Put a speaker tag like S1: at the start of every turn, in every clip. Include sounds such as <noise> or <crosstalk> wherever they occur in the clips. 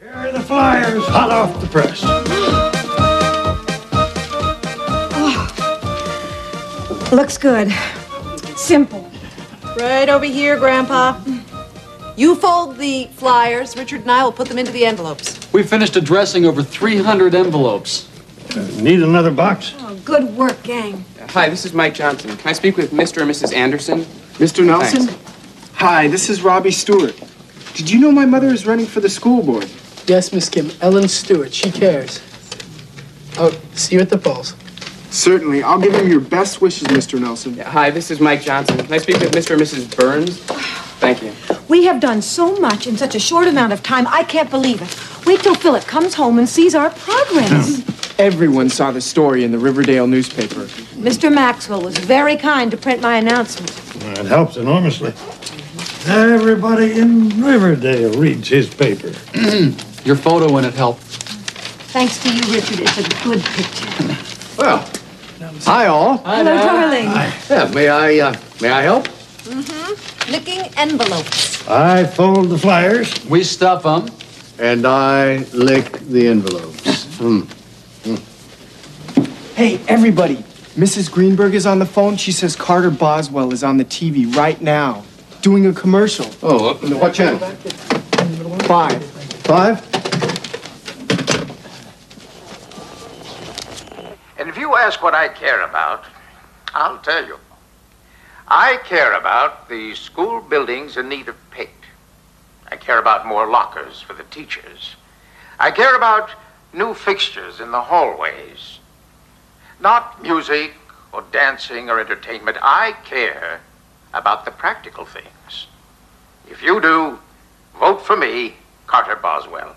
S1: Here are the flyers, hot off the press.
S2: Looks good. Simple.
S3: Right over here, Grandpa. You fold the flyers. Richard and I will put them into the envelopes.
S4: We finished addressing over 300 envelopes.
S1: Uh, Need another box?
S2: Oh, good work, gang.
S5: Hi, this is Mike Johnson. Can I speak with Mr. and Mrs. Anderson?
S6: Mr. Nelson?
S5: Thanks.
S6: Hi, this is Robbie Stewart. Did you know my mother is running for the school board?
S7: Yes, Miss Kim. Ellen Stewart. She cares. Oh, see you at the polls.
S6: Certainly. I'll give him your best wishes, Mr. Nelson.
S5: Hi, this is Mike Johnson. Can I speak with Mr. and Mrs. Burns? Thank you.
S2: We have done so much in such a short amount of time, I can't believe it. Wait till Philip comes home and sees our progress.
S6: Everyone saw the story in the Riverdale newspaper.
S2: Mr. Maxwell was very kind to print my announcement.
S1: It helps enormously. Everybody in Riverdale reads his paper.
S4: Your photo in it helped.
S2: Thanks to you, Richard, it's a good picture.
S8: Well, hi all.
S2: Hello, darling.
S8: Yeah, may I, uh, may I help?
S3: Licking envelopes.
S1: I fold the flyers.
S4: We stuff them.
S8: And I lick the envelopes. Hmm.
S6: Hey, everybody. Mrs. Greenberg is on the phone. She says Carter Boswell is on the TV right now, doing a commercial.
S8: Oh, uh, what channel?
S6: Five.
S8: Five?
S9: And if you ask what I care about, I'll tell you. I care about the school buildings in need of paint. I care about more lockers for the teachers. I care about new fixtures in the hallways. Not music or dancing or entertainment. I care about the practical things. If you do, vote for me, Carter Boswell.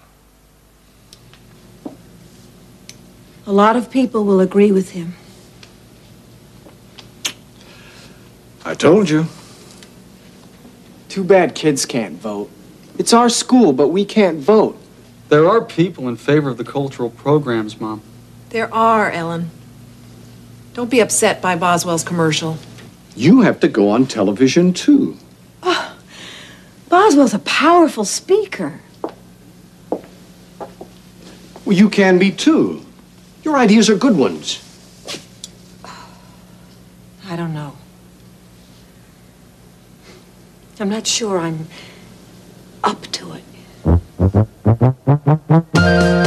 S2: A lot of people will agree with him.
S8: I told you.
S6: Too bad kids can't vote. It's our school, but we can't vote.
S4: There are people in favor of the cultural programs, Mom.
S3: There are, Ellen. Don't be upset by Boswell's commercial.
S8: You have to go on television too.
S2: Boswell's a powerful speaker.
S8: Well, you can be too. Your ideas are good ones.
S2: <sighs>
S3: I don't know.
S2: I'm not sure I'm up to it.